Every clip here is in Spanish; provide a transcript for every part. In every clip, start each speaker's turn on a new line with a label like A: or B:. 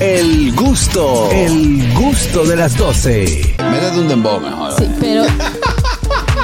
A: El gusto, el gusto de las 12.
B: Métete un dembow mejor.
C: Sí, pero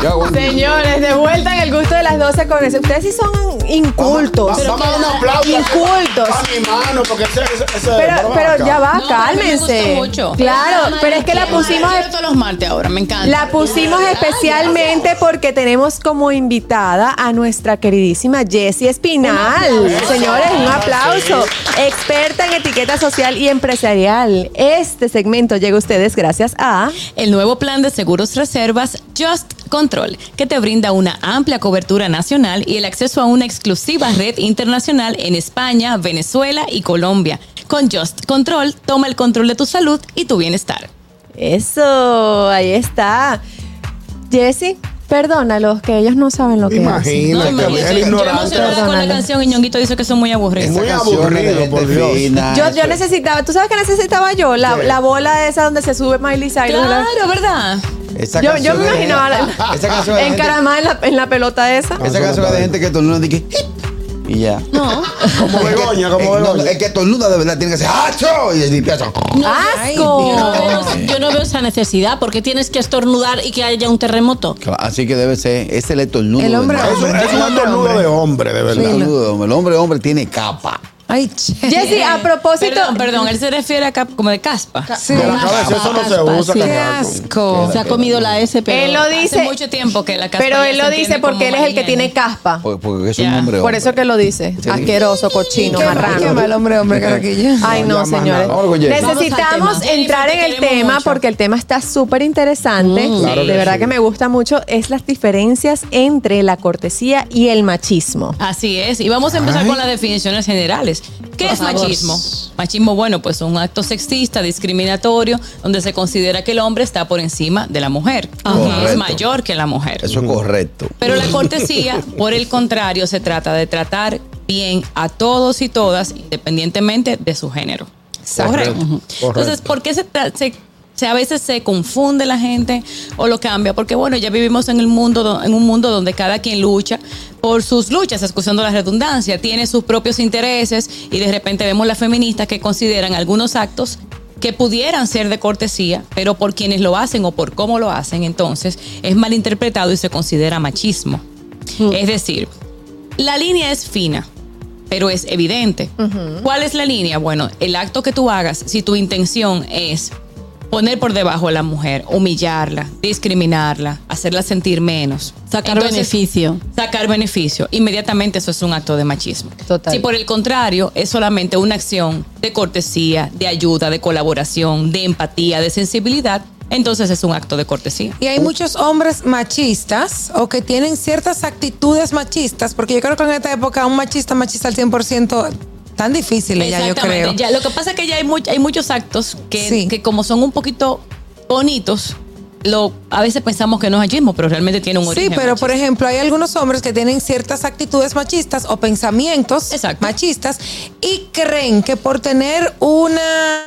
B: Yo aguanto.
D: Señores, de vuelta en el gusto de las 12 con ese. Ustedes sí son incultos.
B: Vamos, vamos a dar un aplauso.
D: Incultos.
B: A mi mano, porque ese, ese, ese
D: Pero,
B: vamos
D: pero
B: acá.
D: ya va,
C: No, pero me gustó
D: cálmense.
C: mucho.
D: Claro, pero es que la
C: Quiero
D: pusimos
C: martes, quiero todos los martes ahora, me encanta.
D: La pusimos especialmente porque tenemos como invitada a nuestra queridísima Jessie Espinal. Señores, un
B: Ah,
D: aplauso. Experta en etiqueta social y empresarial. Este segmento llega a ustedes gracias a...
C: El nuevo plan de seguros reservas Just Control, que te brinda una amplia cobertura nacional y el acceso a una exclusiva red internacional en España, Venezuela y Colombia. Con Just Control, toma el control de tu salud y tu bienestar.
D: Eso, ahí está. Jessie, perdónalos, que ellos no saben lo que hacen.
C: No,
E: Imagínate,
C: imagínate,
E: el
C: yo
E: ignorante.
C: emocionada con la
D: Perdónalo.
C: canción y Ñonguito dice que son muy aburridos.
E: Muy
B: Esas canciones
E: aburrido,
B: de gente
E: por Dios.
B: fina,
D: Yo,
B: eso
D: yo
B: es-
D: necesitaba, ¿tú sabes qué necesitaba yo? La, la bola esa donde se sube Miley Cyrus. La-
C: Claro, ¿verdad?
B: esa
D: Yo, yo
B: canción
D: me
B: es-
D: imaginaba
B: Esa
D: la,
B: canción es de gente-
D: encaramada en la, en la pelota esa.
B: Esa canción es de gente que tornuda y que "Hip", y ya.
C: No.
E: Como Begoña,
B: Eh,
E: como
B: no,
E: Begoña.
B: es que tornuda de verdad tiene que ser ¡Acho! Y empieza.
D: ¡Asco!
F: Yo no veo- yo no veo esa necesidad. ¿Por qué tienes que estornudar y que haya un terremoto?
B: Así que debe ser, ese es el tornudo.
D: El hombre-
B: hermano.
E: Es, un- es un estornudo de hombre, de
B: El
E: verdad.
B: tornudo, hombre. El hombre, hombre tiene capa.
F: Ay, che.
D: Jessy, a propósito.
C: Perdón, perdón, él se refiere a cap- como de caspa.
F: Sí,
E: De la cabeza, eso no se usa,
F: Qué
E: carajo.
F: asco. Se ha comido la S, pero.
D: Él lo
C: Hace
D: dice.
C: mucho tiempo que la caspa
D: Pero
C: ya
D: él
C: se
D: lo
C: entiende
D: dice porque
C: como
D: él es el que
C: mañana.
D: tiene caspa.
B: Porque, pues, porque es un
C: Ya.
B: hombre,
D: Por
B: hombre.
D: eso que lo dice. Asqueroso, cochino, marrano.
F: mal hombre, hombre, caraquillo.
D: Ay, no,
E: ya más
D: señores.
E: nada.
B: Vamos con Jessy.
C: Vamos
D: Necesitamos
C: al tema.
D: entrar en
C: Jennifer,
D: el
C: te queremos
D: tema
C: mucho.
D: porque el tema está súper interesante.
E: Mm, Claro
D: de
E: que
D: verdad
E: sí.
D: que me gusta mucho. Es las diferencias entre la cortesía y el machismo.
C: Así es, y vamos a empezar con las definiciones generales. ¿Qué es
F: favor.
C: machismo? Machismo, bueno, pues un acto sexista, discriminatorio, donde se considera que el hombre está por encima de la mujer, que es
B: Correcto.
C: mayor que la mujer.
B: Eso es correcto.
C: Pero la cortesía, por el contrario, se trata de tratar bien a todos y todas, independientemente de su género.
B: Correcto.
C: Ujú. Entonces, ¿por qué se, tra- se- se- a veces se confunde la gente o lo cambia? Porque bueno, ya vivimos en el mundo do- en un mundo donde cada quien lucha por sus luchas, excusando la redundancia, tiene sus propios intereses y de repente vemos las feministas que consideran algunos actos que pudieran ser de cortesía, pero por quienes lo hacen o por cómo lo hacen, entonces es malinterpretado y se considera machismo. Es decir, la línea es fina, pero es evidente. ¿Cuál es la línea? Bueno, el acto que tú hagas, si tu intención es poner por debajo a la mujer, humillarla, discriminarla, hacerla sentir menos.
F: Sacar
C: Entonces,
F: beneficio.
C: Sacar beneficio. Inmediatamente eso es un acto de machismo.
D: Total.
C: Si por el contrario es solamente una acción de cortesía, de ayuda, de colaboración, de empatía, de sensibilidad, entonces es un acto de cortesía.
G: Y hay muchos hombres machistas o que tienen ciertas actitudes machistas, porque yo creo que en esta época un machista machista al 100% tan difícil ya yo
C: Exactamente.
G: creo.
C: Ya, lo que pasa es que ya hay, much- hay muchos actos que,
G: Sí.
C: que como son un poquito bonitos, lo, a veces pensamos que no es machismo, pero realmente tiene un
G: Sí,
C: origen.
G: pero por
C: machista.
G: ejemplo, hay algunos hombres que tienen ciertas actitudes machistas o pensamientos
C: Exacto.
G: machistas y creen que por tener una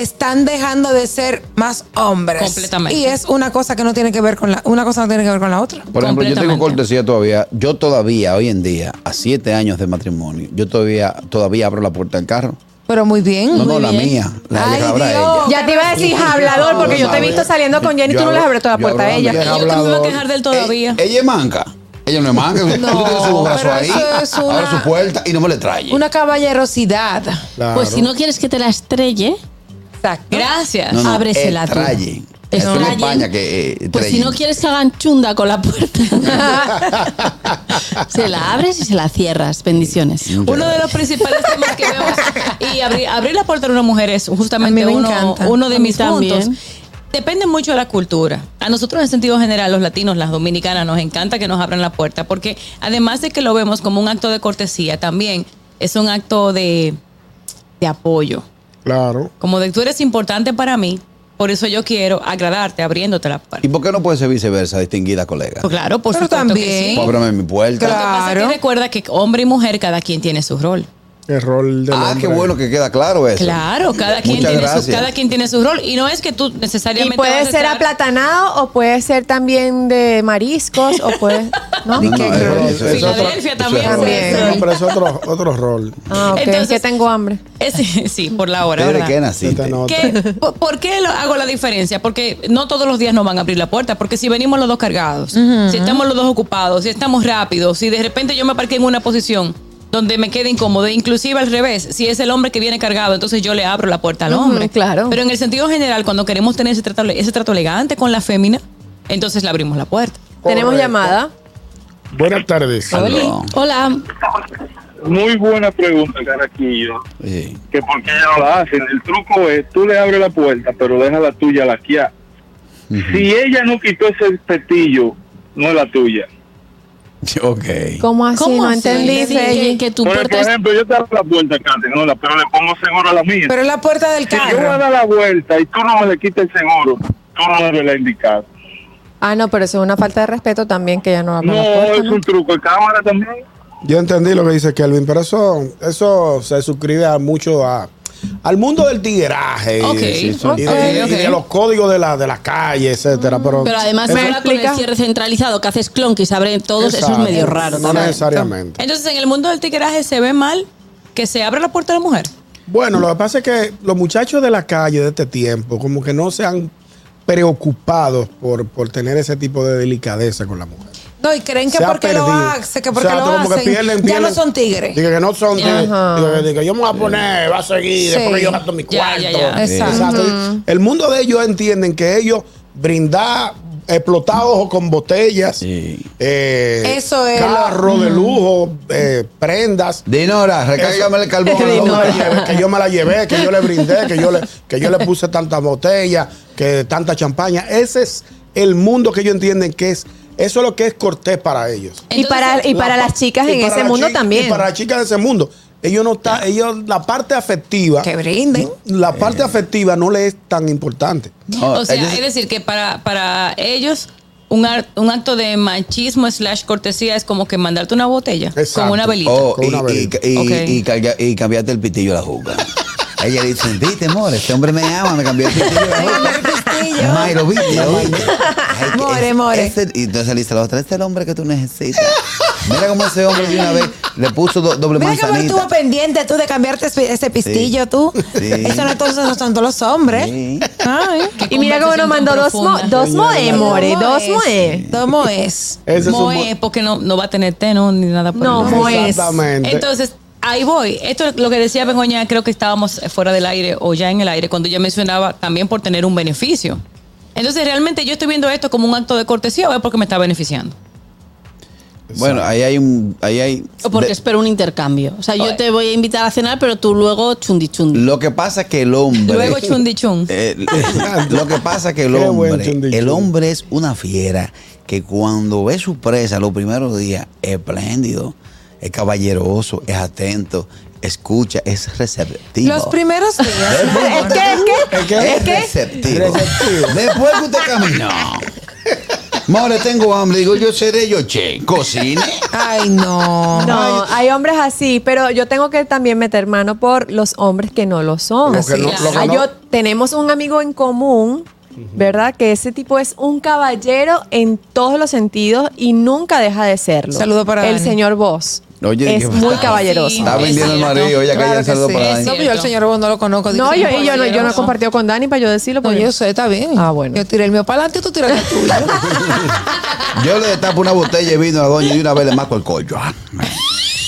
G: están dejando de ser más hombres.
C: Completamente.
G: Y es una cosa que no tiene que ver con la una cosa no tiene que ver con la otra.
B: Por ejemplo, yo tengo
C: Completamente.
B: cortesía todavía. Yo todavía, hoy en día, a siete años de matrimonio, yo todavía, todavía abro la puerta del carro.
G: Pero muy bien.
B: No,
G: muy
B: no, la
G: bien.
B: mía. La
G: Ay,
B: que la abra
G: Dios.
B: ella.
D: Ya te iba a decir hablador porque yo te he visto saliendo con Jenny y tú no le abres toda la puerta a
C: Y
D: ella.
C: yo que me voy a quejar de él todavía.
B: Eh, Ella es manca. Ella no es manca. Usted tiene su brazo
G: pero
B: ahí.
G: eso es una-
B: Abre su puerta y no me le trae.
G: Una caballerosidad.
E: Claro.
F: Pues si no quieres que te la estrelle,
G: Exacto.
C: Gracias.
B: No, no,
F: ábresela tú.
B: traye. Es
F: Estrayen.
B: una España que eh,
F: pues si
B: traye.
F: no quieres que hagan chunda con la puerta, se la abres y se la cierras. Bendiciones.
C: Uno de los principales temas que vemos y abrir, abrir la puerta a una mujer es justamente
G: A mí me
C: uno,
G: encanta.
C: uno de
F: A mí
C: mis
F: también.
C: puntos. Depende mucho de la cultura. A nosotros en sentido general, los latinos, las dominicanas, nos encanta que nos abran la puerta porque además de que lo vemos como un acto de cortesía, también es un acto de, de apoyo.
E: Claro.
C: Como de tú eres importante para mí, por eso yo quiero agradarte abriéndote la
B: ¿Y
C: puerta.
B: por qué no puede ser viceversa, distinguida colega?
C: Pues claro, por
G: Pero
C: supuesto que
G: también.
C: sí.
B: Pues ábrame mi puerta.
C: Lo que pasa es que
G: Claro.
C: recuerda que hombre y mujer, cada quien tiene su rol.
E: El rol del
B: Ah,
E: hombre.
B: qué bueno que queda claro eso.
C: Claro, cada quien,
B: Muchas
C: tiene su,
B: gracias.
C: cada quien tiene su rol. Y no es que tú
D: Y
C: necesariamente.
D: puede
C: vas a
D: ser
C: estar-
D: aplatanado o puede ser también de mariscos o puede.
B: No,
G: Ni
B: no,
G: que
B: es-
G: creo.
B: Ah, eso- eso es otro-
C: Filadelfia
B: eso
C: también.
B: es otro-
G: También.
E: No, pero es otro, otro rol.
D: Ah, ok.
C: Entonces-
D: que tengo hambre.
C: Es- sí, por la hora.
B: Desde
C: ¿verdad?
B: que
E: Se te
B: naciste.
E: nota.
C: ¿Qué- por, por qué lo- hago la diferencia? Porque no todos los días nos van a abrir la puerta, porque si venimos los dos cargados, si estamos los dos ocupados, si estamos rápidos, si de repente yo me parqué en una posición donde me quede incómodo, inclusive al revés, si es el hombre que viene cargado, entonces yo le abro la puerta al
D: Ujú,
C: hombre.
D: claro.
C: Pero en el sentido general, cuando queremos tener ese trato, ese trato elegante con la fémina, entonces le abrimos la puerta.
D: Tenemos
E: Correcto.
D: llamada.
E: este- Buenas tardes.
B: Aló.
F: Hola.
H: Muy buena pregunta, Carraquillo.
B: Sí.
H: Que por qué ya no la hacen. El truco es, tú le abres la puerta, pero deja la tuya laquear. Si ella no quitó ese petillo, no es la tuya.
B: Ok.
D: ¿Cómo así?
F: ¿Cómo
D: no
F: así?
D: entendí,
F: Sí,
D: Feli.
F: que, que tu
H: Por,
F: puerta es-
H: ejemplo, yo te abro la puerta, Kate, no la- pero le pongo seguro a la mía.
G: Pero es la puerta del
H: si yo voy a
G: carro.
H: dar la vuelta y tú no me le quitas el seguro, tú no eres la indicada.
D: Ah, no, pero eso es una falta de respeto también que ya no abre
H: No,
D: la puerta,
H: es un truco. ¿Y cámara también?
E: Yo entendí lo que dice Kelvin, pero eso, eso se suscribe a mucho a, al mundo del tigueraje y-
C: Ok,
E: y,
C: ok,
E: de, y de
C: ok.
E: los códigos de la, de la calle, etcétera. Pero,
F: Mm, Pero además
E: eso-
F: ahora con el
D: explicas?
F: cierre centralizado que haces clon que se abren todos, eso es
E: Exacto.
F: medio raro
E: No
F: también.
E: necesariamente.
C: Entonces, en el mundo del tiqueraje se ve mal que se abra la puerta a la mujer.
E: Bueno, lo que pasa es que los muchachos de la calle de este tiempo, como que no se han preocupado por, por tener ese tipo de delicadeza con la mujer.
G: No, y creen que
E: Se ha
G: porque lo
E: perdido.
G: hacen, que
E: O
G: porque
E: sea,
G: lo
E: como que
G: hacen,
E: pierden,
G: ya no
E: pierden.
G: son tigres.
E: Digo que no son tigres.
D: Ajá.
E: Digo que- digo que yo me voy a poner, va a seguir,
G: Sí.
E: después que yo gasto mi
C: Ya,
E: cuarto.
C: ya, ya.
G: Exacto.
E: El mundo de ellos entienden que ellos brindar, explotar ojos con botellas,
B: Sí.
E: eh,
G: Eso es lo-
E: carro de lujo, eh, prendas.
B: Dinora, recárgame el carbón.
E: Que yo, me la
B: Dinora.
E: llevé, que yo me la llevé, que yo le brindé, que yo le, que yo le puse tantas botellas, que tanta champaña. Ese es el mundo que ellos entienden que es. Eso es lo que es cortés para ellos.
D: Y para, y para
E: La-
D: las chicas
E: y
D: en
E: para
D: ese
E: las
D: mundo
E: chicas-
D: también.
E: Y para las chicas de ese mundo. Ellos no están, ellos, la parte afectiva.
G: Que brinden.
E: La parte afectiva no le es tan importante.
B: No,
C: o sea,
B: ellos-
C: es decir, que para, para ellos un, ar- un acto de machismo slash cortesía es como que mandarte una botella con
E: Exacto.
C: una velita.
B: Oh,
E: Con
B: y,
E: una
B: y,
E: velita.
B: y-
C: Ok.
B: y carga- y cambiaste el pitillo a la juca. Ella dice, viste, more, este hombre me ama, me cambió el pitillo a la juca. Mairo, viste, la vaina. Ay, que
G: More, more.
B: ese- y entonces le dice la otra, este es el hombre que tú necesitas. Mira cómo ese hombre de una vez le puso do- doble
G: Mira que
B: manzanita.
G: estuvo pendiente tú de cambiarte ese ese pistillo, tú.
B: Sí.
G: Eso no todos eso son todos los hombres.
B: Sí.
G: Ay.
D: Y mira cómo nos mandó dos, mo,
C: moes
D: dos moe, more, dos moe.
G: Dos moes.
E: Ese es un mu-
C: porque no, no va a tener té, no, ni nada por
D: No,
C: el
D: moe.
C: estilo.
D: pues.
E: Exactamente.
C: Entonces, ahí voy. Esto es lo que decía Begoña, creo que estábamos fuera del aire o ya en el aire, cuando ella mencionaba también por tener un beneficio. Entonces, realmente yo estoy viendo esto como un acto de cortesía o es porque me está beneficiando.
B: Bueno, ahí hay un, ahí hay.
F: O porque
B: de-
F: espero un intercambio. O sea, yo te voy a invitar a cenar, pero tú luego chundi chundi.
B: lo que pasa es que el hombre.
C: Luego chundichun.
B: Eh, lo que pasa es que el
E: Qué buen
B: hombre,
E: chundichun.
B: el hombre es una fiera que cuando ve su presa los primeros días es espléndido, es caballeroso, es atento, escucha, es receptivo.
G: Los primeros días.
B: Es
G: mi amor.
D: Es que, es que,
B: es
D: es que.
B: receptivo. Después que usted caminó. More, tengo hambre. Digo, yo seré yo, che. Cocine.
G: Ay, no.
D: No, hay hombres así, pero yo tengo que también meter mano por los hombres que no lo son.
E: Lo que no- lo que
D: Ah,
E: no-
D: yo- tenemos un amigo en común, ¿verdad? Que ese tipo es un caballero en todos los sentidos y nunca deja de serlo.
G: Saludo para
D: El
G: Dani.
D: señor Voss.
B: Oye,
D: es
B: ¿qué Ah,
D: muy
B: pasa?
D: caballeroso.
B: Está
C: Sí,
B: vendiendo el
C: es cierto.
B: marido. Ella
G: Claro
B: calla el
G: que
B: saludo
G: sí.
B: para Dani.
G: No, pero yo al señor Bono no lo conozco.
D: No, yo,
G: Digo,
D: y yo, no, yo no he
G: caballeroso.
D: compartido con Dani para yo decirlo.
G: No,
D: porque
G: yo sé, está bien.
D: Ah, bueno.
G: Yo tiré el mío para adelante y tú tiraste el tuyo.
B: Yo le destapo una botella de vino a la doña y una vez le marco el collo. Ah,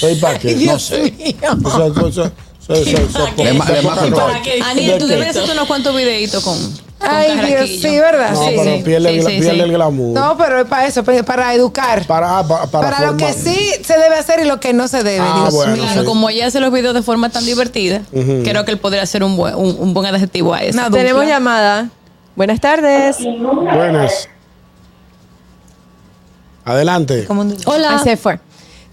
E: Soy pa' Pues, qué.
B: No sé.
E: Eso- eso- eso- eso- eso- eso-
B: Le ma- le marco el collo.
C: Aniel, tú
E: ¿De qué?
C: debes hacerte unos cuantos videitos con. con
G: Ay, Dios,
C: Carraquillo.
G: sí, ¿verdad?
E: No,
G: Sí,
E: pero
G: sí.
E: pierde el-
C: Sí, sí,
E: pierde
C: sí.
E: el glamour.
G: No, pero es para eso, pa- para educar. Para,
E: Para, para, para
G: lo que
E: formar.
G: sí se debe hacer y lo que no se debe.
E: Ah,
G: Dios
E: bueno,
G: mío.
C: Claro,
E: sí.
C: como ella hace los videos de forma tan divertida, creo que él podría hacer un buen, un, un buen adjetivo a eso.
G: Una dupla.
D: Tenemos llamada. Buenas tardes.
E: Buenas. Adelante.
G: Como un-
D: Hola. se fue.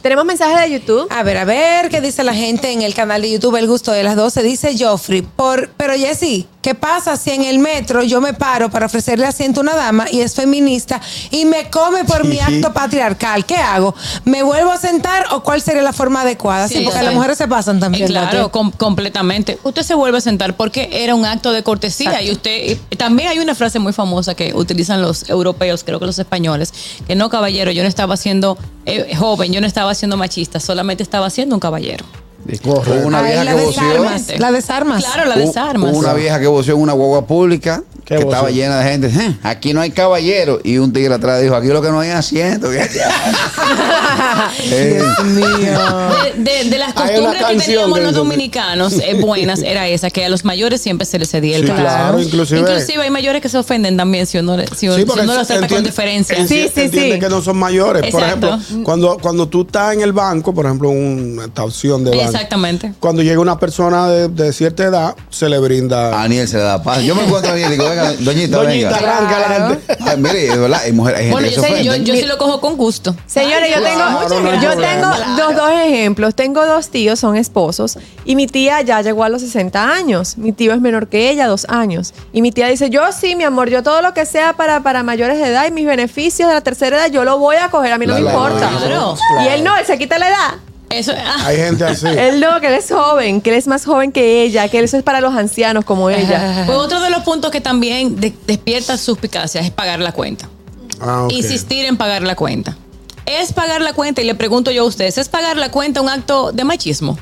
D: Tenemos mensajes de
E: Ah.
D: YouTube.
G: A ver, a ver, ¿qué dice la gente en el canal de YouTube El Gusto de las 12? Dice Joffrey, por, pero Jessy, ¿qué pasa si en el metro yo me paro para ofrecerle asiento a una dama y es feminista y me come por mi acto patriarcal? ¿Qué hago? ¿Me vuelvo a sentar o cuál sería la forma adecuada? Sí,
C: Sí,
G: porque
C: sí.
G: las mujeres se pasan también.
C: Eh, Claro,
G: Nati.
C: com- completamente. Usted se vuelve a sentar porque era un acto de cortesía y usted y también hay una frase muy famosa que utilizan los europeos, creo que los españoles, que no caballero, yo no estaba siendo eh, joven, yo no estaba siendo machista, solamente estaba siendo un caballero.
B: Hubo una
G: Ahí
B: vieja
G: la
B: que voció.
G: desarmas. La desarmas.
C: Claro, la
B: Hubo-
C: desarmas.
B: hubo una vieja que voció en una guagua pública
E: ¿Qué
B: que estaba
E: voció?
B: llena de gente. "Eh, Aquí no hay caballero. Y un tigre atrás dijo, aquí lo que no hay es asiento. Eh,
C: De, de- de las
E: Hay una
C: costumbres que
E: canción
C: teníamos
E: de
C: los
E: eso.
C: dominicanos eh, buenas era esa, que a los mayores siempre se les cedía el
E: Sí,
C: paso.
E: claro, inclusive-
C: hay mayores que se ofenden también si uno, le- si uno- si
E: porque
C: uno lo trata con
E: entiende-
C: diferencia.
E: enci-
D: Sí, sí, sí.
E: entiende que no son mayores.
C: Exacto.
E: Por ejemplo, cuando, cuando tú estás en el banco, por ejemplo, una estación de banco.
C: Exactamente.
E: Cuando llega una persona de, de cierta edad, se le
B: a
E: brinda.
B: Aniel se le da paz. Yo me encuentro a Aniel y digo, venga, Ah, doñita,
E: Doñita,
B: venga.
E: arranca adelante.
B: Ay, mire, es verdad, hay, mujer, hay gente
C: Bueno,
B: que
C: yo,
B: se
C: sé, yo,
B: ofende.
C: yo sí lo cojo con gusto.
D: Señores, yo
E: Claro,
D: tengo,
E: no hay
D: yo tengo
E: problema.
D: dos, dos ejemplos. Tengo dos tíos, son esposos, y mi tía ya llegó a los 60 años. Mi tío es menor que ella, dos años. Y mi tía dice, yo sí, mi amor, yo todo lo que sea para, para mayores de edad y mis beneficios de la tercera edad, yo lo voy a coger, a mí no
B: Claro,
D: me importa.
C: claro.
D: Y él no, él se quita la edad.
C: Eso, ah,
E: Hay gente así.
D: Él no, que él es joven, que él es más joven que ella, que eso es para los ancianos como ella.
C: Pues otro de los puntos que también de- despierta suspicacias es pagar la cuenta.
E: Ah, ok.
C: Insistir en pagar la cuenta. Es pagar la cuenta, y le pregunto yo a ustedes, ¿es pagar la cuenta un acto de machismo?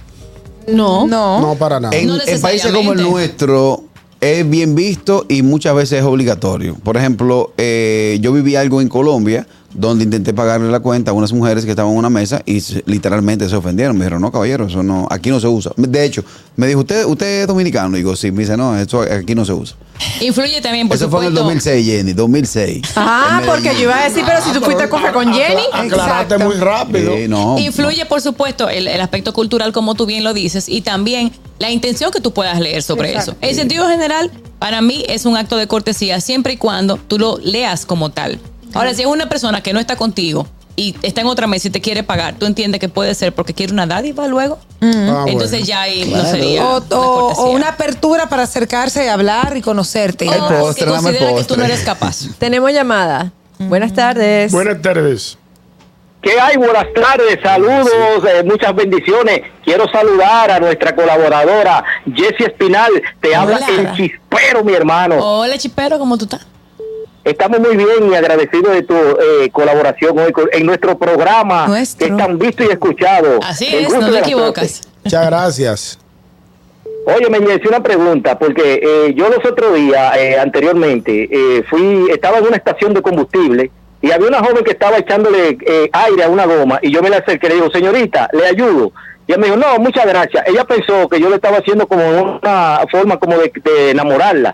F: No.
G: No.
E: No, para nada.
B: En,
C: No
B: en países como el
C: necesariamente.
B: nuestro es bien visto y muchas veces es obligatorio. Por ejemplo, eh, yo viví algo en Colombia donde intenté pagarle la cuenta a unas mujeres que estaban en una mesa y se- literalmente se ofendieron. Me dijeron, no, caballero, eso no, aquí no se usa. De hecho, me dijo, ¿usted, usted es dominicano? Y digo, sí, me dice, no, eso aquí no se usa.
C: Influye también, por
B: eso fue en
C: supuesto.
B: el 2006, Jenny, 2006.
D: Ah,
B: En
D: porque yo
B: Medellín.
D: iba a decir, pero si tú fuiste a coger con Jenny.
E: Aclaraste muy rápido.
B: Sí, Eh, no.
C: Influye, por supuesto, el, el aspecto cultural, como tú bien lo dices, y también la intención que tú puedas leer sobre eso. En sentido general, para mí es un acto de cortesía, siempre y cuando tú lo leas como tal. Ahora, si es una persona que no está contigo y está en otra mesa y te quiere pagar, tú entiendes que puede ser porque quiere una dádiva luego.
E: Ah,
C: Entonces
E: bueno.
C: ya ahí
B: Claro.
C: no sería.
G: O,
C: una
G: o-
C: cortesía.
G: o una apertura para acercarse y hablar y conocerte.
C: O
B: El
C: que
B: postre, dame el
C: considera que tú no
B: postre.
C: eres capaz.
D: Tenemos llamada.
F: Mm.
D: Buenas tardes.
E: Buenas tardes.
I: ¿Qué hay? Buenas tardes, saludos, eh, muchas bendiciones. Quiero saludar a nuestra colaboradora, Jessie Espinal. Te habla el chispero, mi hermano.
C: Hola, chipero, ¿cómo tú estás?
I: Estamos muy bien y agradecidos de tu eh, colaboración hoy con- en nuestro programa,
G: Nuestro.
I: que es tan visto y escuchado.
C: Así
I: El
C: es,
I: gusto
C: no
I: de
C: te
I: las
C: equivocas.
E: Muchas gracias.
I: Oye, me hice una pregunta, porque eh, yo los otros días, eh, anteriormente, eh, fui, estaba en una estación de combustible y había una joven que estaba echándole eh, aire a una goma y yo me la acerqué y le digo, señorita, le ayudo. Y ella me dijo, no, muchas gracias. Ella pensó que yo lo estaba haciendo como una forma como de, de enamorarla.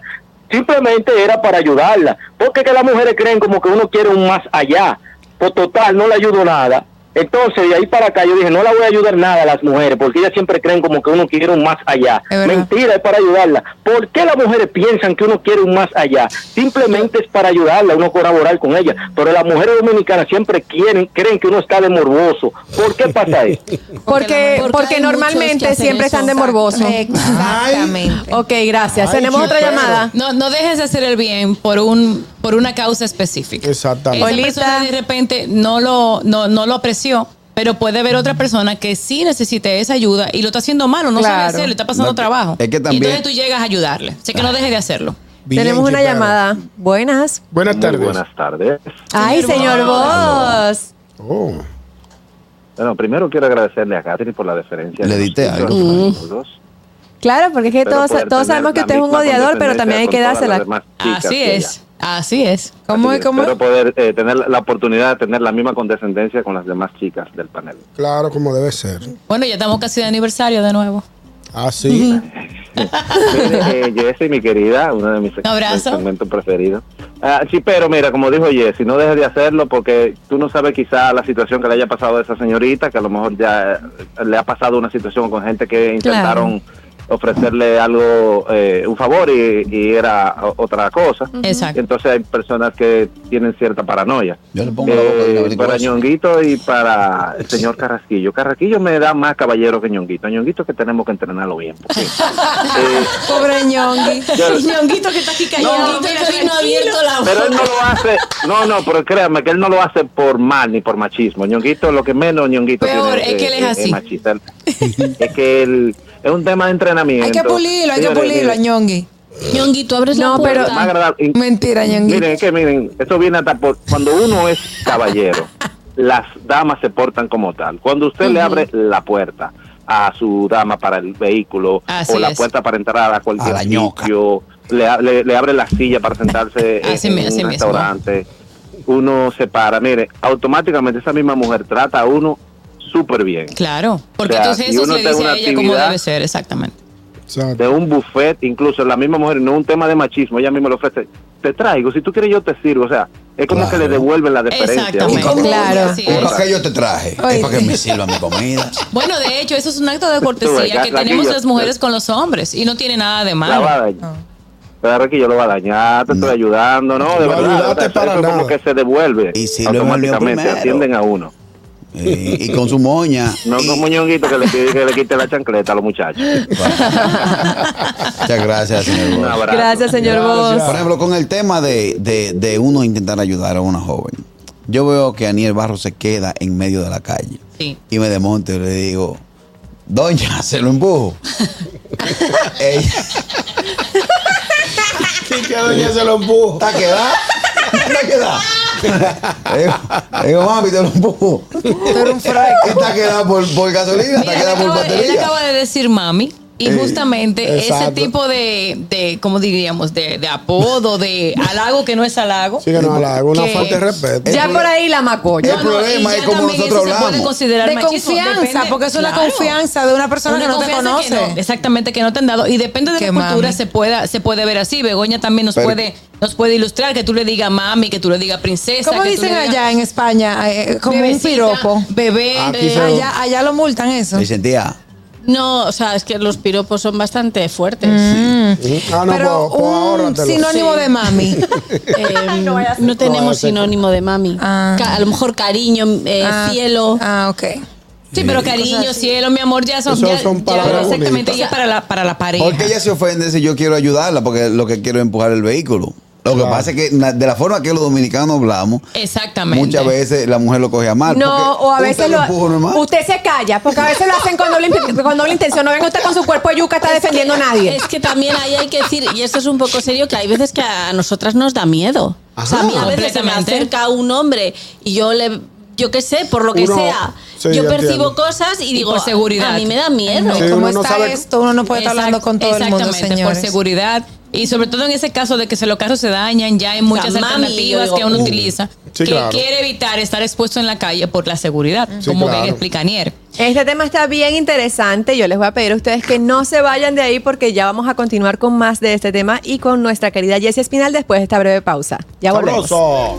I: Simplemente era para ayudarla. Porque que las mujeres creen como que uno quiere un más allá. Pues total, no le ayudo nada. Entonces, de ahí para acá, yo dije, no la voy a ayudar nada a las mujeres, porque ellas siempre creen como que uno quiere un más allá.
G: Es verdad.
I: Mentira, es para ayudarla. ¿Por qué las mujeres piensan que uno quiere un más allá? Simplemente es para ayudarla, uno colaborar con ella. Pero las mujeres dominicanas siempre quieren, creen que uno está de morboso. ¿por qué pasa eso?
D: Porque,
F: Porque
D: porque
F: hay muchos que
D: normalmente
F: hacen
D: siempre
F: eso.
D: están de morboso.
G: Exactamente.
D: Ok, gracias.
E: Ay,
D: Tenemos otra
E: chipero.
B: Ah.
D: llamada.
C: No, no dejes de hacer el bien por un por una causa específica.
E: Exactamente.
C: Esa
D: Olita.
C: persona de repente no lo, no, no lo apreció, pero puede haber otra persona que sí necesite esa ayuda y lo está haciendo mal o no
D: Claro.
C: sabe hacerlo, está pasando
B: No,
C: trabajo.
B: es que
C: Y
B: también- Ah.
C: entonces tú llegas a ayudarle. Sé que no dejes de hacerlo.
E: Bien,
D: Tenemos una
E: chipero.
D: llamada. Buenas.
E: Buenas tardes.
J: buenas tardes.
D: Ay, señor vos.
E: Oh.
J: Bueno, primero quiero agradecerle a Catherine por la deferencia.
B: Le
J: de los
B: edité
J: títulos,
B: algo.
J: de los títulos,
D: Claro, porque es que
J: pero
D: todos,
J: poder
D: todos
J: tener
D: sabemos que
J: la
D: usted es un
J: misma
D: odiador, pero también hay que
J: condescendencia con
D: dársela.
J: todas las demás chicas
C: Así
J: que
C: es,
J: ella.
C: así es.
G: ¿Cómo
J: Así
G: es?
J: que
G: ¿Cómo
J: Espero poder eh, tener la oportunidad de tener la misma condescendencia con las demás chicas del panel.
E: Claro, como debe ser. Ah,
C: Bueno, ya estamos casi de aniversario de nuevo.
E: Así.
J: Mire, eh, Jessy, mi querida, una de mis
C: Un abrazo.
J: segmentos preferidos. Ah, sí, pero mira, como dijo Jessy, no dejes de hacerlo porque tú no sabes quizá la situación que le haya pasado a esa señorita, que a lo mejor ya eh, le ha pasado una situación con gente que intentaron ofrecerle algo, eh, un favor y, y era o- otra cosa.
C: Exacto.
J: Entonces hay personas que tienen cierta paranoia.
B: Yo le pongo la boca de
J: Eh,
B: Gabriel
J: para
B: Cosio.
J: Ñonguito y para el señor Carrasquillo. Carrasquillo me da más caballero que Ñonguito. A Ñonguito que tenemos que entrenarlo bien. porque, eh,
G: Pobre Ñongui.
J: yo-
C: Ñonguito que está aquí callado.
F: No, Ñonguito
C: mira,
F: que vino
C: tranquilo.
F: abierto la
J: pero él no lo hace, no, no, pero créame que él no lo hace por mal ni por machismo. Ñonguito, lo que menos Ñonguito
C: Peor,
J: tiene,
C: es que él es así.
J: machista. Él- es que él, es un tema de entrenamiento.
G: Hay que pulirlo, hay que
J: Señores,
G: pulirlo a
J: miren,
G: Ñongui.
F: Ñonguito, abres
D: No,
F: la
D: pero-
F: puerta.
J: más agradable-
G: Mentira, Ñongui.
J: Miren, es que miren, esto viene hasta por cuando uno es caballero, las damas se portan como tal. Cuando usted le abre la puerta a su dama para el vehículo
C: Así
J: o la
C: es.
J: puerta para entrar a cualquier
B: A la ñoca.
J: sitio, le, a- le- le abre la silla para sentarse en,
C: Así
J: en
C: mi- así
J: un
C: mismo.
J: restaurante, uno se para. Mire, automáticamente esa misma mujer trata a uno súper bien.
C: Claro,
J: O
C: porque
J: sea,
C: entonces
J: si
C: eso
J: uno
C: se
J: tiene
C: le dice
J: una
C: a ella cómo
J: actividad-
C: debe ser, exactamente.
E: Exacto.
J: de un buffet, incluso la misma mujer, no un tema de machismo, ella misma le ofrece, te traigo, si tú quieres yo te sirvo, o sea, es como
B: Claro.
J: que le devuelven la deferencia.
C: Exactamente.
J: Uno-
G: Claro.
C: Sí,
B: ¿Por
C: es.
B: qué yo te traje?
G: Oye.
B: Es para que me sirva mi comida.
C: Bueno, de hecho, eso es un acto
J: Tú
C: de
J: ves,
C: cortesía que
J: la- la
C: tenemos
J: guilla-
C: las mujeres con los hombres y no tiene nada de
J: La va a
C: malo.
J: dañar. Claro que yo lo va a dañar, te estoy ayudando, no, de
E: No
J: verdad.
E: ayudaste
J: o sea,
E: para
J: eso es como
E: nada.
J: que se devuelve
B: Y si lo devolvió
J: automáticamente,
B: primero.
J: atienden a uno.
B: Eh, y con su moña.
J: No
B: Y-
J: como ñonguito que le, pide que le quite la chancleta a los muchachos.
B: Bueno. Muchas gracias, señor.
J: Un
B: Bosch.
J: abrazo.
D: Gracias, señor
E: Gracias.
D: Vos.
B: Por ejemplo, con el tema de, de- de uno intentar ayudar a una joven, yo veo que Aniel Barro se queda en medio de la calle.
C: Sí.
B: Y me desmonto y le digo, Doña, se lo empujo. Ella
E: Sí, que doña se lo empujo.
B: está quedada. Está quedada. Le digo- Le digo, mami, te lo empujo. Y Está quedada por, por gasolina, está
C: Mira, él,
B: quedada por
C: acaba, él
B: batería.
C: acaba de decir mami. Y
B: Eh,
C: justamente ese
E: exacto.
C: tipo de, de ¿cómo diríamos? De, de apodo, de halago que no es halago.
E: Sí, que no, la hago una
C: Que-
E: falta de respeto.
D: Ya por ahí la macoya.
B: el problema
C: y
B: es
C: ya
B: como
C: también
B: nosotros
C: eso se puede
B: hablamos.
C: considerar
G: De
C: machismo,
G: confianza,
C: depende-
G: porque eso es la
C: Claro.
G: confianza de una persona
C: Una
G: que no te
C: confianza que
G: conoce.
C: no, exactamente, que no te han dado. Y depende de
G: Que
C: la cultura,
G: mami.
C: se pueda, se puede ver así. Begoña también nos
B: Pero-
C: puede, nos puede ilustrar que tú le digas mami, que tú le digas princesa.
G: ¿Cómo
C: que tú le
G: dicen
C: digas
G: allá en España? Eh, como un
C: bebecita,
G: piropo.
C: Bebé.
E: Ah, Aquí
C: eh,
E: se-
G: Allá, allá lo multan eso.
B: Me sentía.
F: No, o sea, es que los piropos son bastante fuertes.
E: Ah, no,
G: Pero
E: pues- pues
G: un
E: ahórratelo.
G: sinónimo de mami.
F: Eh, no,
E: No,
F: tenemos
E: ese-
F: sinónimo de mami.
G: Ah.
F: Ca- A lo mejor cariño, eh,
G: Ah,
F: cielo.
G: Ah, ok.
C: Sí, pero cariño, cielo, mi amor, ya son,
E: Eso
C: ya,
E: son
C: ya
E: palabras
C: exactamente
E: bonitas.
C: ya para la, para la pareja.
B: Porque ella se ofende si yo quiero ayudarla, porque lo que quiero es empujar el vehículo. Lo que
E: Claro.
B: pasa es que na- de la forma que los dominicanos hablamos,
C: Exactamente.
B: muchas veces la mujer lo coge a mal.
D: No,
B: porque
D: o a
B: un
D: veces
B: tal
D: lo,
B: empujo normal.
D: usted se calla, porque a veces lo hacen con doble, inte- con doble intención. No venga usted con su cuerpo de yuca, está defendiendo a nadie.
F: Es que también ahí hay que decir, y esto es un poco serio, que hay veces que a nosotras nos da miedo. o sea, a mí a veces se me
C: Completamente.
F: acerca un hombre y yo le. Yo qué sé, por lo que
E: Uno-
F: sea.
E: sí,
F: yo
E: ya
F: percibo
E: entiendo.
F: cosas y digo, "Ah,
C: por seguridad.
F: a mí me da miedo.
E: Sí,
G: ¿Cómo
E: uno no
G: está
E: sabe-
G: esto? Uno no puede estar hablando con todo el mundo,
C: Exactamente, por
G: señores.
C: seguridad. Y sobre todo en ese caso de que se los carros se dañan, ya hay muchas
F: mami, yo
C: alternativas
F: digo,
C: que uno
F: uh.
C: utiliza
E: Sí,
C: que
E: claro.
C: quiere evitar estar expuesto en la calle por la seguridad,
E: Sí,
C: como
E: claro.
C: bien explica Anier.
D: Este tema está bien interesante. Yo les voy a pedir a ustedes que no se vayan de ahí porque ya vamos a continuar con más de este tema y con nuestra querida Jessie Espinal después de esta breve pausa. Ya volvemos.
E: Sabroso.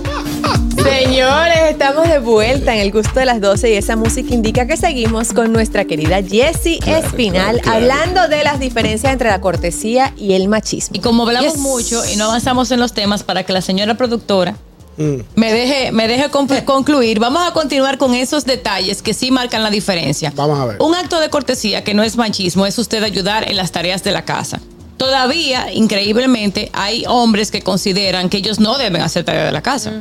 D: Señores, estamos de vuelta en el gusto de las 12 y esa música indica que seguimos con nuestra querida Jessie Espinal hablando de las diferencias entre la cortesía y el machismo.
C: Y como hablamos
G: Yes.
C: mucho y no avanzamos en los temas para que la señora productora
E: Mm.
C: me deje, me deje conf- concluir, vamos a continuar con esos detalles que sí marcan la diferencia.
E: Vamos a ver.
C: Un acto de cortesía que no es machismo es usted ayudar en las tareas de la casa. Todavía, increíblemente, hay hombres que consideran que ellos no deben hacer tareas de la casa.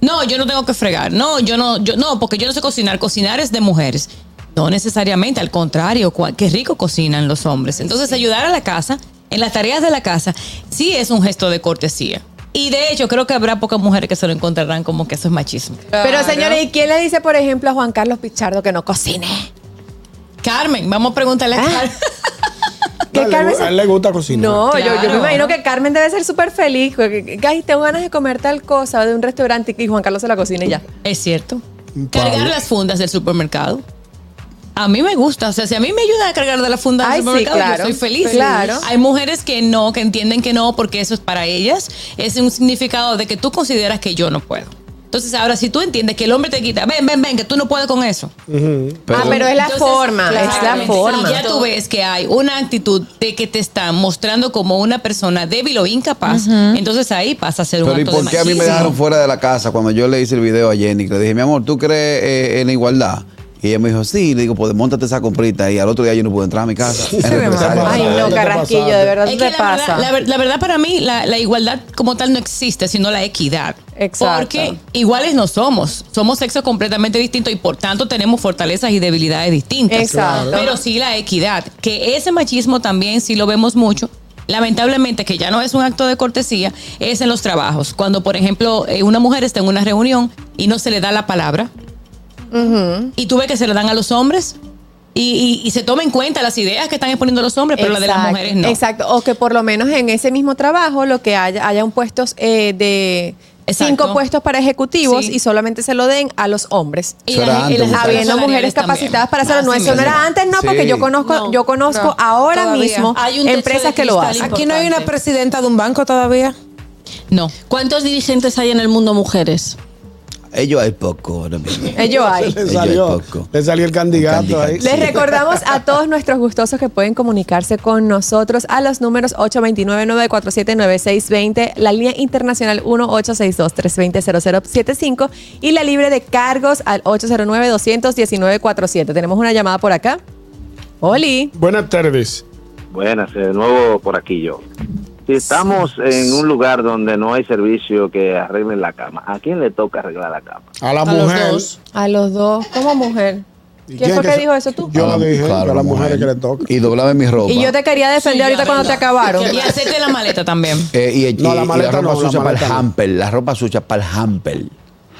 C: No, yo no tengo que fregar. No, yo no, yo no, porque yo no sé cocinar. Cocinar es de mujeres. No necesariamente, al contrario, cua- qué rico cocinan los hombres. Entonces, ayudar a la casa, en las tareas de la casa, sí es un gesto de cortesía. Y de hecho, creo que habrá pocas mujeres que se lo encontrarán como que eso es machismo.
D: Pero señores, ¿y quién le dice, por ejemplo, a Juan Carlos Pichardo que no cocine?
C: Carmen, vamos a preguntarle a
D: Ah.
C: Carmen.
D: ¿Qué
E: A él le
D: Carmen
E: gu-
D: se-
E: A él le gusta cocinar.
D: No, yo- yo,
C: Claro.
D: me imagino que Carmen debe ser súper feliz. porque, Ay, tengo ganas de comer tal cosa de un restaurante y Juan Carlos se la cocina y ya.
C: Es cierto.
E: Un palo.
C: Cargar las fundas del supermercado. A mí me gusta, o sea, si a mí me ayuda a cargar de la funda del
D: Ay, sí,
C: supermercado,
D: claro.
C: yo soy feliz.
D: Claro.
C: Hay mujeres que no, que entienden que no, porque eso es para ellas. Es un significado de que tú consideras que yo no puedo. Entonces, ahora, si tú entiendes que el hombre te quita, ven, ven, ven, que tú no puedes con eso.
D: ah, pero es la forma, es la
C: Exactamente.
D: forma.
C: Si ya tú ves que hay una actitud de que te están mostrando como una persona débil o incapaz, entonces ahí pasa a ser un
B: Pero ¿y
C: acto
B: por
C: de
B: qué a mí me
C: machismo.
B: dejaron fuera de la casa cuando yo le hice el video a Jenny? Que le dije, mi amor, ¿tú crees eh, en la igualdad? Y ella me dijo, sí. Le digo, pues montate esa comprita. Y al otro día yo no pude entrar a mi casa. En represalia.
D: Ay, no, Carrasquillo, de verdad,
C: Es
D: ¿qué
C: que
D: te
C: la,
D: pasa?
C: Verdad, la ver- la verdad para mí, la, la igualdad como tal no existe, sino la equidad.
D: Exacto.
C: Porque iguales no somos. Somos sexos completamente distintos y por tanto tenemos fortalezas y debilidades distintas.
D: Exacto.
C: Pero sí la equidad, que ese machismo también sí lo vemos mucho. Lamentablemente, que ya no es un acto de cortesía, es en los trabajos. Cuando, por ejemplo, eh, una mujer está en una reunión y no se le da la palabra, y tú ves que se le dan a los hombres y, y- y se toma en cuenta las ideas que están exponiendo los hombres, pero las de las
D: Exacto,
C: mujeres no.
D: Exacto, o que por lo menos en ese mismo trabajo lo que haya, haya un puestos eh, de
C: Exacto.
D: cinco puestos para ejecutivos
C: Sí.
D: y solamente se lo den a los hombres.
C: Y
B: Eso era
C: y
B: antes, muchachos.
D: Habiendo mujeres
C: salariales también. Ah,
D: capacitadas para hacerlo, no
C: Así
D: eso no
C: mismo.
D: era antes, no,
B: Sí.
D: porque yo conozco,
F: No,
D: yo conozco
F: no,
D: ahora
F: todavía.
D: mismo
C: Hay un techo
D: empresas
C: de
D: que lo
C: cristal
D: hacen.
G: Aquí no hay una
C: Importante.
G: presidenta de un banco todavía.
C: No.
F: ¿Cuántos dirigentes hay en el mundo mujeres?
B: Ellos hay poco ahora mismo.
D: Ellos hay.
E: Le
B: Ellos hay
E: salió,
B: poco.
E: le salió el candidato
B: candidato.
E: ahí.
D: Les recordamos a todos nuestros gustosos que pueden comunicarse con nosotros a los números 829-947-9620, la línea internacional 1-862-320-0075 y la libre de cargos al 809-219-47. Tenemos una llamada por acá. Oli.
E: Buenas tardes.
J: Buenas, eh, de nuevo por aquí yo. Si estamos en un lugar donde no hay servicio que arreglen la cama, ¿a quién le toca arreglar la cama?
E: A la
F: A los
E: mujer.
F: dos.
D: A los dos, como mujer.
E: ¿Y
D: ¿Quién fue que
E: se-
D: dijo eso tú?
E: Yo
B: A la-
E: dije,
B: claro,
E: a las mujeres que le toca.
B: Y doblaba mi ropa.
D: Y yo te quería defender ahorita cuando te acabaron.
C: Y hacerte la maleta también.
B: Eh, y, y-
E: No,
B: y
E: la
B: la,
E: maleta
B: ropa
E: no, la
B: sucia para el
E: maleta no.
B: hamper. La ropa sucia para el hamper.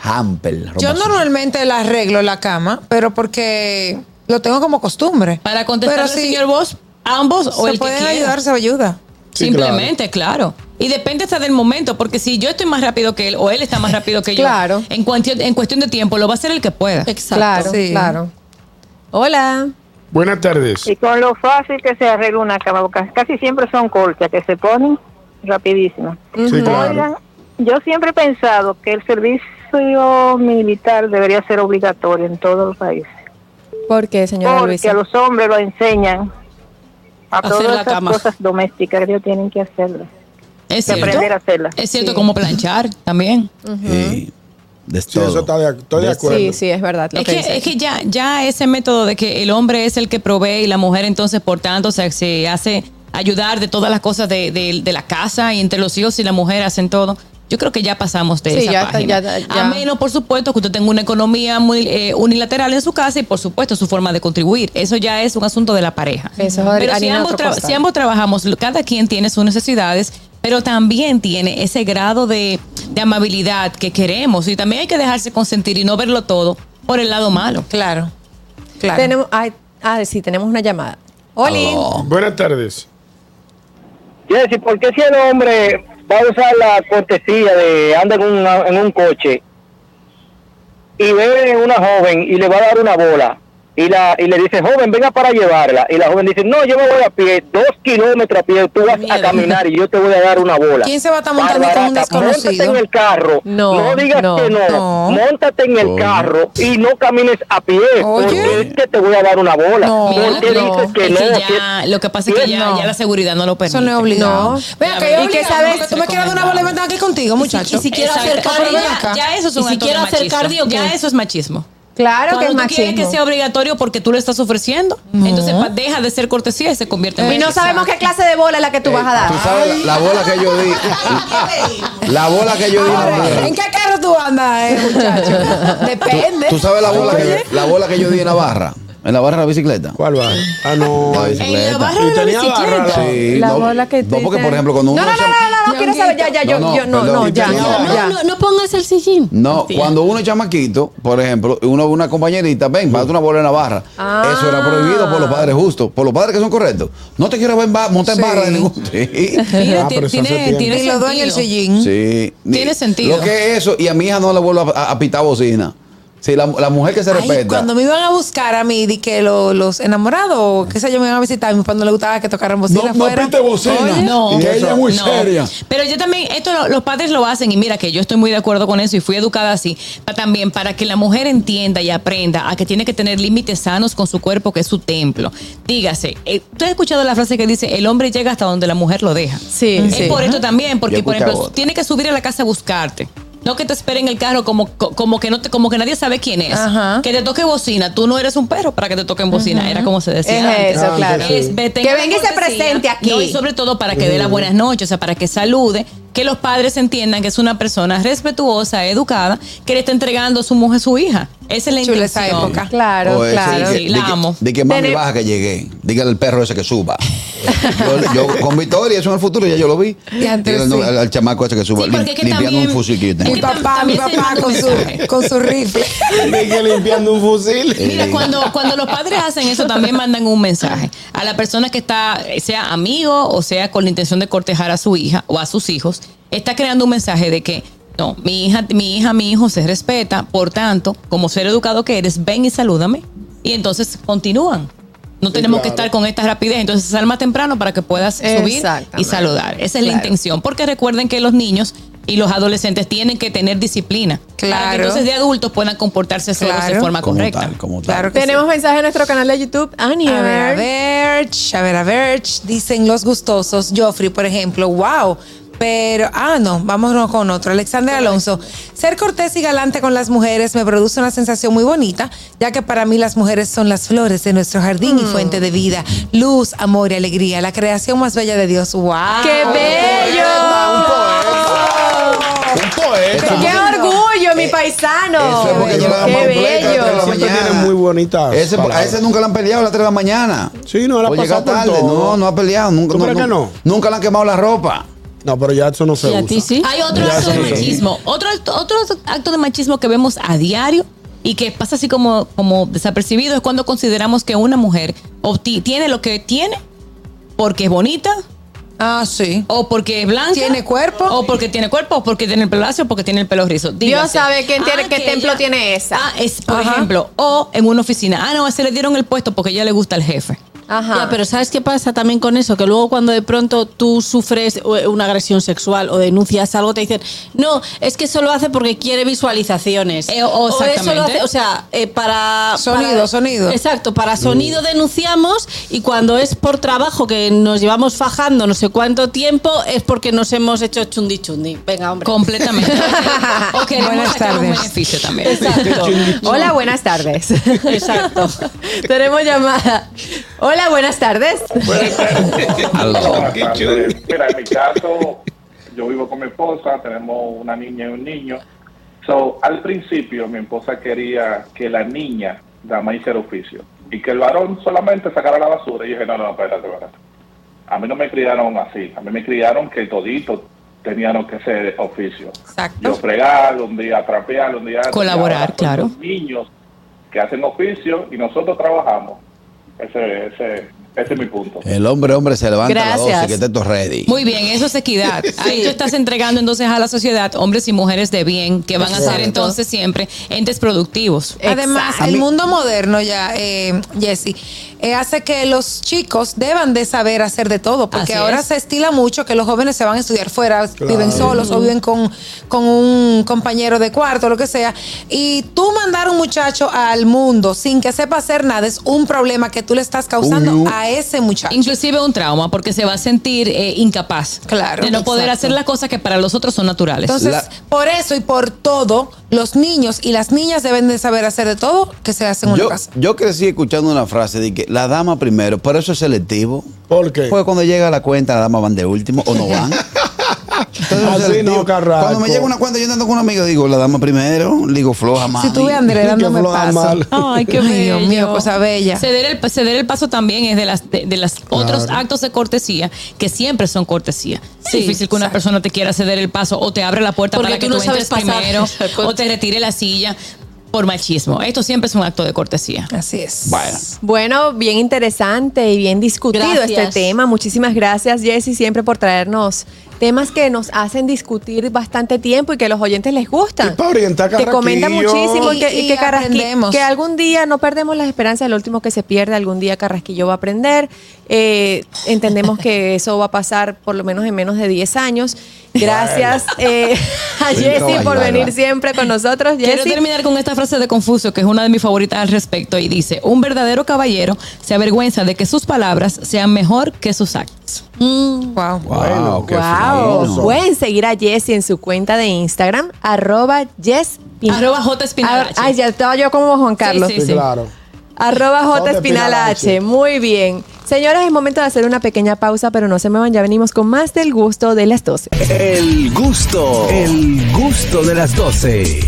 B: Hamper. ropa
G: Yo
B: sucia.
G: normalmente la arreglo la cama, pero porque lo tengo como costumbre.
C: Para contestar
G: Pero
C: al
G: si
C: señor vos, ambos o
G: se
C: el que
G: pueden
C: quiera.
G: ayudar, se ayuda.
E: Sí,
C: Simplemente, claro. Y depende hasta del momento, porque si yo estoy más rápido que él o él está más rápido que yo,
D: Claro.
C: en, cuestión, en cuestión de tiempo lo va a hacer el que pueda.
F: Exacto.
D: Claro,
G: Sí.
D: claro. Hola.
E: Buenas tardes.
K: Y con lo fácil que se arregla una cama, porque casi siempre son colchas que se ponen rapidísimo.
E: Sí,
K: Oigan,
E: claro.
K: yo siempre he pensado que el servicio militar debería ser obligatorio en todos los países.
D: ¿Por qué, señora
K: Porque
D: Luisa?
K: a los hombres lo enseñan a
C: Hacer la
K: todas estas
C: cama.
K: cosas domésticas que ellos tienen que hacerlas.
C: Es
K: Que
C: cierto.
K: aprender a hacerlas.
C: Es cierto, como planchar también.
B: Sí, de
E: Sí, eso
B: todo.
E: está de, estoy de
B: De-
E: acuerdo.
D: Sí, sí, es verdad. lo
C: Es
D: que
C: que,
D: dice.
C: es que ya, ya ese método de que el hombre es el que provee y la mujer entonces por tanto se, se hace ayudar de todas las cosas de, de- de la casa y entre los hijos y la mujer hacen todo. Yo creo que ya pasamos de
D: Sí,
C: esa
D: ya está,
C: página.
D: ya está,
C: A
D: ya.
C: menos, por supuesto, que usted tenga una economía muy eh, unilateral en su casa y, por supuesto, su forma de contribuir. Eso ya es un asunto de la pareja.
D: Eso es
C: pero si
D: harina de
C: ambos,
D: otro
C: tra-
D: costal.
C: si ambos trabajamos, lo- cada quien tiene sus necesidades, pero también tiene ese grado de, de amabilidad que queremos. Y también hay que dejarse consentir y no verlo todo por el lado malo.
G: Claro. Claro.
D: Tenemos, ay, ah, sí, tenemos una llamada. Oli.
E: Buenas tardes.
I: Jessy, ¿por qué si el hombre va a usar la cortesía de anda en un, en un coche y ve una joven y le va a dar una bola y, la, y le dice, joven, venga para llevarla? Y la joven dice, no, yo me voy a pie, dos kilómetros a pie, tú vas a
C: Mierda.
I: caminar y yo te voy a dar una bola.
G: ¿Quién se va a estar montando
I: Barbarata,
G: con un desconocido?
I: Móntate en el carro,
D: No,
I: no, digas
D: no,
I: que no,
G: no.
I: montate en el
B: Oye.
I: carro y no camines a pie, porque
G: Oye.
I: es que te voy a dar una bola.
G: No,
I: ¿Por qué
D: no.
I: dices que
C: Es
I: no?
C: que
I: Si es-
C: ya, lo que pasa es que
I: si
C: ya,
G: no.
C: ya la seguridad no lo permite.
G: Eso no es obligado.
D: No.
G: Venga, que es
D: ¿Y qué
G: obligado,
D: sabes?
G: porque tú me quieras de una bola y me tengo aquí contigo, muchacho.
F: y si quiero
C: Exacto.
F: hacer cardio,
C: Pero ya, ya eso es un
F: y si
C: acto
F: quiero
C: de
F: hacer
C: machismo.
F: cardio, ¿qué?
C: ya eso es machismo.
D: Claro que es
C: Cuando tú quieres
D: machismo.
C: que sea obligatorio porque tú lo estás ofreciendo, entonces pa- deja de ser cortesía y se convierte en
D: y no
C: machismo.
D: sabemos qué clase de bola es la que tú vas a dar.
B: Eh, Tú sabes la, la bola que yo di. La bola que yo di. no
G: Ahora,
B: barra.
G: ¿En qué carro tú andas, eh, muchacho? Depende.
B: ¿Tú sabes la bola, que yo, la bola que yo di en la barra? ¿En la barra de la bicicleta?
E: ¿Cuál va? Ah, no.
B: La
E: Ay,
C: En la
B: bicicleta.
C: barra de la
E: tenía
C: bicicleta.
E: barra, la-
B: Sí,
D: la
B: no,
D: bola que
B: No,
D: tú
B: porque
D: dices.
B: por ejemplo, cuando
D: No,
B: uno.
D: no, no,
B: echa-
D: no, no, no, quiero saber. Ya, ya, yo,
B: No, no,
D: yo, no,
B: perdón.
D: no, ya,
E: Tenía
D: ya,
E: barra.
D: ya.
F: No, no, no pongas el sillín.
B: No,
F: Sí.
B: cuando uno es chamaquito, por ejemplo, uno ve una compañerita, ven, mate una bola en la barra.
D: Ah.
B: Eso era prohibido por los padres justos, por los padres que son correctos. No te quiero ver en ba- montar en barra de ningún. Sí.
C: Mira,
E: Ah,
C: ti-
E: pero eso
C: tiene,
E: hace tiempo.
C: tiene
G: Y los dos en el
C: sentido.
G: sillín.
B: Sí.
C: Tiene
B: Ni-
C: sentido.
B: Lo que es eso, y a mi hija no le vuelvo a, a- a pitar bocina. Sí, la, la mujer que se
G: Ay,
B: respeta.
G: cuando me iban a buscar a mí, di que lo- los enamorados, o qué sé yo, me iban a visitar, a mi papá no le gustaba que tocaran bocina
E: No- no
G: afuera.
E: pite bocina,
G: Oye,
C: No,
E: que ella es muy seria.
C: Pero yo también, esto lo- los padres lo hacen y mira que yo estoy muy de acuerdo con eso y fui educada así, pa- también para que la mujer entienda y aprenda a que tiene que tener límites sanos con su cuerpo, que es su templo. Dígase, eh, ¿tú has escuchado la frase que dice, el hombre llega hasta donde la mujer lo deja?
D: Sí,
C: Es
D: sí.
C: por esto
D: Ajá.
C: también, porque
D: Yo
C: por
D: escuchaba
C: ejemplo,
D: otra.
C: tiene que subir a la casa a buscarte. No que te espere en el carro como, co- como que no te, como que nadie sabe quién es.
G: Ajá.
C: Que te toque bocina. Tú no eres un perro para que te toquen bocina. Era como se decía.
D: Es
C: antes.
D: eso, claro.
C: Es, ve, tenga
D: Que
C: la
D: venga y se
C: cortesía.
D: presente aquí.
C: No, y sobre todo para que dé las buenas noches, o sea, para que salude, que los padres entiendan que es una persona respetuosa, educada, que le está entregando su mujer, su hija. Esa es la
G: Chula
C: intención.
G: esa época.
D: Claro,
B: O ese,
C: claro.
B: di que-
C: Sí, la
B: di que-
C: amo.
B: Di que mami
C: Tener-
B: baja que llegué. Dígale al perro ese que suba. yo, yo con Victoria, eso en el futuro, ya yo lo vi.
G: Y antes
B: Dígale, no,
G: sí.
B: al, al chamaco ese que suba.
C: Sí, porque es que
B: limpiando
C: también-
B: un fusil que yo tengo.
G: Mi papá, mi
C: También se
G: papá
C: manda
G: con
C: un
G: su,
C: mensaje.
G: con su rifle.
E: De que limpiando un fusil.
F: Eh,
C: Mira, cuando, cuando los padres hacen eso, también mandan un mensaje a la persona que está, eh, sea amigo o sea con la intención de cortejar a su hija o a sus hijos, está creando un mensaje de que no, mi hija, mi hija, mi hijo se respeta, por tanto, como ser educado que eres, ven y salúdame. Y entonces continúan. No tenemos que
F: claro.
C: estar con esta rapidez, entonces sal más temprano para que puedas subir y
F: Exactamente.
C: saludar. Esa es la
F: Claro.
C: intención, porque recuerden que los niños y los adolescentes tienen que tener disciplina. Para que
G: Claro.
C: entonces de adultos puedan comportarse solos de
G: Claro.
C: forma
B: Como
C: correcta.
B: tal, como tal.
G: Claro que sí.
D: Tenemos mensaje en nuestro canal de YouTube. Anier.
G: A ver, a ver, a ver, a ver, dicen los gustosos. Joffrey, por ejemplo, wow. Pero, ah, no, vámonos con otro. Alexander Alonso. Ser cortés y galante con las mujeres me produce una sensación muy bonita, ya que para mí las mujeres son las flores de nuestro jardín y fuente de vida, luz, amor y alegría, la creación más bella de Dios. ¡Wow!
D: ¡Qué bello!
B: Un poeta.
D: ¡Qué orgullo, mi paisano!
B: Eso es porque
D: Eh, ¡Qué
B: no le dan panfleto a las tres de la
D: bello!
E: Siempre
B: mañana.
E: tienen muy bonitas
B: Ese- a
E: palabras.
B: ese nunca le han peleado a las 3 de la mañana.
E: Sí, no, la
B: Por
E: ha
B: llegar
E: pasado por
B: tarde.
E: todo.
B: No, no ha peleado. Nunca,
E: ¿Tú crees que no?
B: Nunca le han quemado la ropa.
E: No, pero ya eso no se usa.
C: Hay otro
E: Ya
C: acto de
E: sí, sí.
C: machismo. Otro, acto- otro acto de machismo que vemos a diario y que pasa así como, como desapercibido es cuando consideramos que una mujer obti- tiene lo que tiene porque es bonita.
G: Ah, sí.
C: O porque es blanca.
G: Tiene cuerpo.
C: O porque tiene cuerpo, o porque tiene el pelo lacio, o porque tiene el pelo rizo. Ah,
D: Dios sabe quién tiene, qué
C: que
D: templo tiene esa.
C: Ah, es, por
D: Ajá.
C: ejemplo, o en una oficina. Ah, no, a ese le dieron el puesto porque ya le gusta el jefe.
D: Ajá.
F: Ya, pero ¿sabes qué pasa también con eso? Que luego cuando de pronto tú sufres eh, una agresión sexual o denuncias algo, te dicen, no, es que eso lo hace porque quiere visualizaciones.
C: Eh, o-
F: o eso lo
C: exactamente.
F: hace, o sea, eh, para...
G: Sonido,
F: para-
G: sonido.
F: Exacto, para sonido denunciamos y cuando es por trabajo que nos llevamos fajando no sé cuánto tiempo, es porque nos hemos hecho chundi chundi. Venga, hombre.
C: Completamente. o queremos
G: Buenas
C: sacar un
G: tardes.
C: beneficio también.
F: Exacto.
D: Hola, buenas tardes.
F: Exacto.
D: Tenemos llamada. Hola, buenas tardes.
L: Mira, en mi caso, yo vivo con mi esposa, tenemos una niña y un niño. So, al principio, mi esposa quería que la niña dama hiciera oficio y que el varón solamente sacara la basura. Y yo dije, no, no, espérate, espérate. A mí no me criaron así. A mí me criaron que todito tenían que ser oficio. Yo fregar, un día trapear, un día...
C: Colaborar,
L: Y ahora son
C: claro.
L: los Niños que hacen oficio y nosotros trabajamos. Ese, ese, ese es mi punto.
B: El hombre, hombre, se levanta a las
D: Gracias.
B: 12 que esté todo ready.
C: Muy bien, eso es equidad. Ahí tú estás entregando entonces a la sociedad hombres y mujeres de bien que van a ser
G: Exacto.
C: entonces siempre entes productivos.
G: Además,
B: A
G: el
B: mí-
G: mundo moderno ya, eh, Jessy, eh, hace que los chicos deban de saber hacer de todo, porque
C: Así
G: ahora
C: es.
G: se estila mucho que los jóvenes se van a estudiar fuera, viven solos o viven con, con un compañero de cuarto, lo que sea. Y tú mandar un muchacho al mundo sin que sepa hacer nada es un problema que tú le estás causando
B: Ujú.
G: a ese muchacho.
C: Inclusive un trauma porque se va a sentir eh, incapaz
G: Claro,
C: de no poder
G: exacto.
C: hacer las cosas que para los otros son naturales.
G: Entonces,
B: La-
G: por eso y por todo, los niños y las niñas deben de saber hacer de todo que se hace en una
B: Yo,
G: casa.
B: yo crecí escuchando una frase de que la dama primero, pero eso es selectivo.
E: ¿Por qué?
B: Pues cuando llega la cuenta, la dama van de último o no van. Entonces,
E: Así
B: es selectivo.
E: no, carrasco.
B: Cuando me llega una cuenta, yo ando con un amigo, digo, la dama primero, le digo, floja más.
G: Si tú ves a Andrés
E: Qué
G: dándome
E: floja
G: paso.
E: mal.
C: Ay, qué
G: Ay, Dios
C: bello.
G: mío, cosa bella.
C: Ceder el, ceder el paso también es de las de, de las otros actos de cortesía que siempre son cortesía.
F: Sí,
C: es difícil que una
G: exacto.
C: persona te quiera ceder el paso o te abre la puerta
F: Porque
C: para
F: tú
C: que
F: no
C: tú
F: sabes
C: entres
F: pasar.
C: primero o te retire la silla. por machismo. Esto siempre es un acto de cortesía.
G: Así es.
B: Bueno.
D: Bueno, bien interesante y bien discutido
C: Gracias.
D: este tema. Muchísimas gracias, Jessy, siempre por traernos temas que nos hacen discutir bastante tiempo y que los oyentes les gustan.
E: para orientar
D: que comentan
E: Carraquillo.
D: muchísimo y, que, y
G: Y-
D: que
G: y
D: Carrasqui-
G: aprendemos.
D: que algún día no perdemos las esperanzas, el último que se pierde, algún día Carrasquillo va a aprender. Eh, entendemos que eso va a pasar por lo menos en menos de 10 años. Gracias eh, a
C: Sí,
D: Jessy por
C: caballero.
D: venir siempre con nosotros.
C: Quiero
D: Jessy.
C: terminar con esta frase de Confucio, que es una de mis favoritas al respecto, y dice, un verdadero caballero se avergüenza de que sus palabras sean mejor que sus actos.
G: wow.
B: Wow, qué
D: Wow.
B: fino.
D: Pueden seguir a Jessy en su cuenta de Instagram, arroba Jess Pin-
C: Arroba J Espinal
D: Ar-
C: H.
D: Ay, ya estaba yo como Juan Carlos.
C: sí, sí.
E: Claro.
D: Arroba J Espinal H. Muy bien. Señores, es momento de hacer una pequeña pausa, pero no se muevan, ya venimos con más del gusto de las 12.
A: El gusto, el gusto de las 12.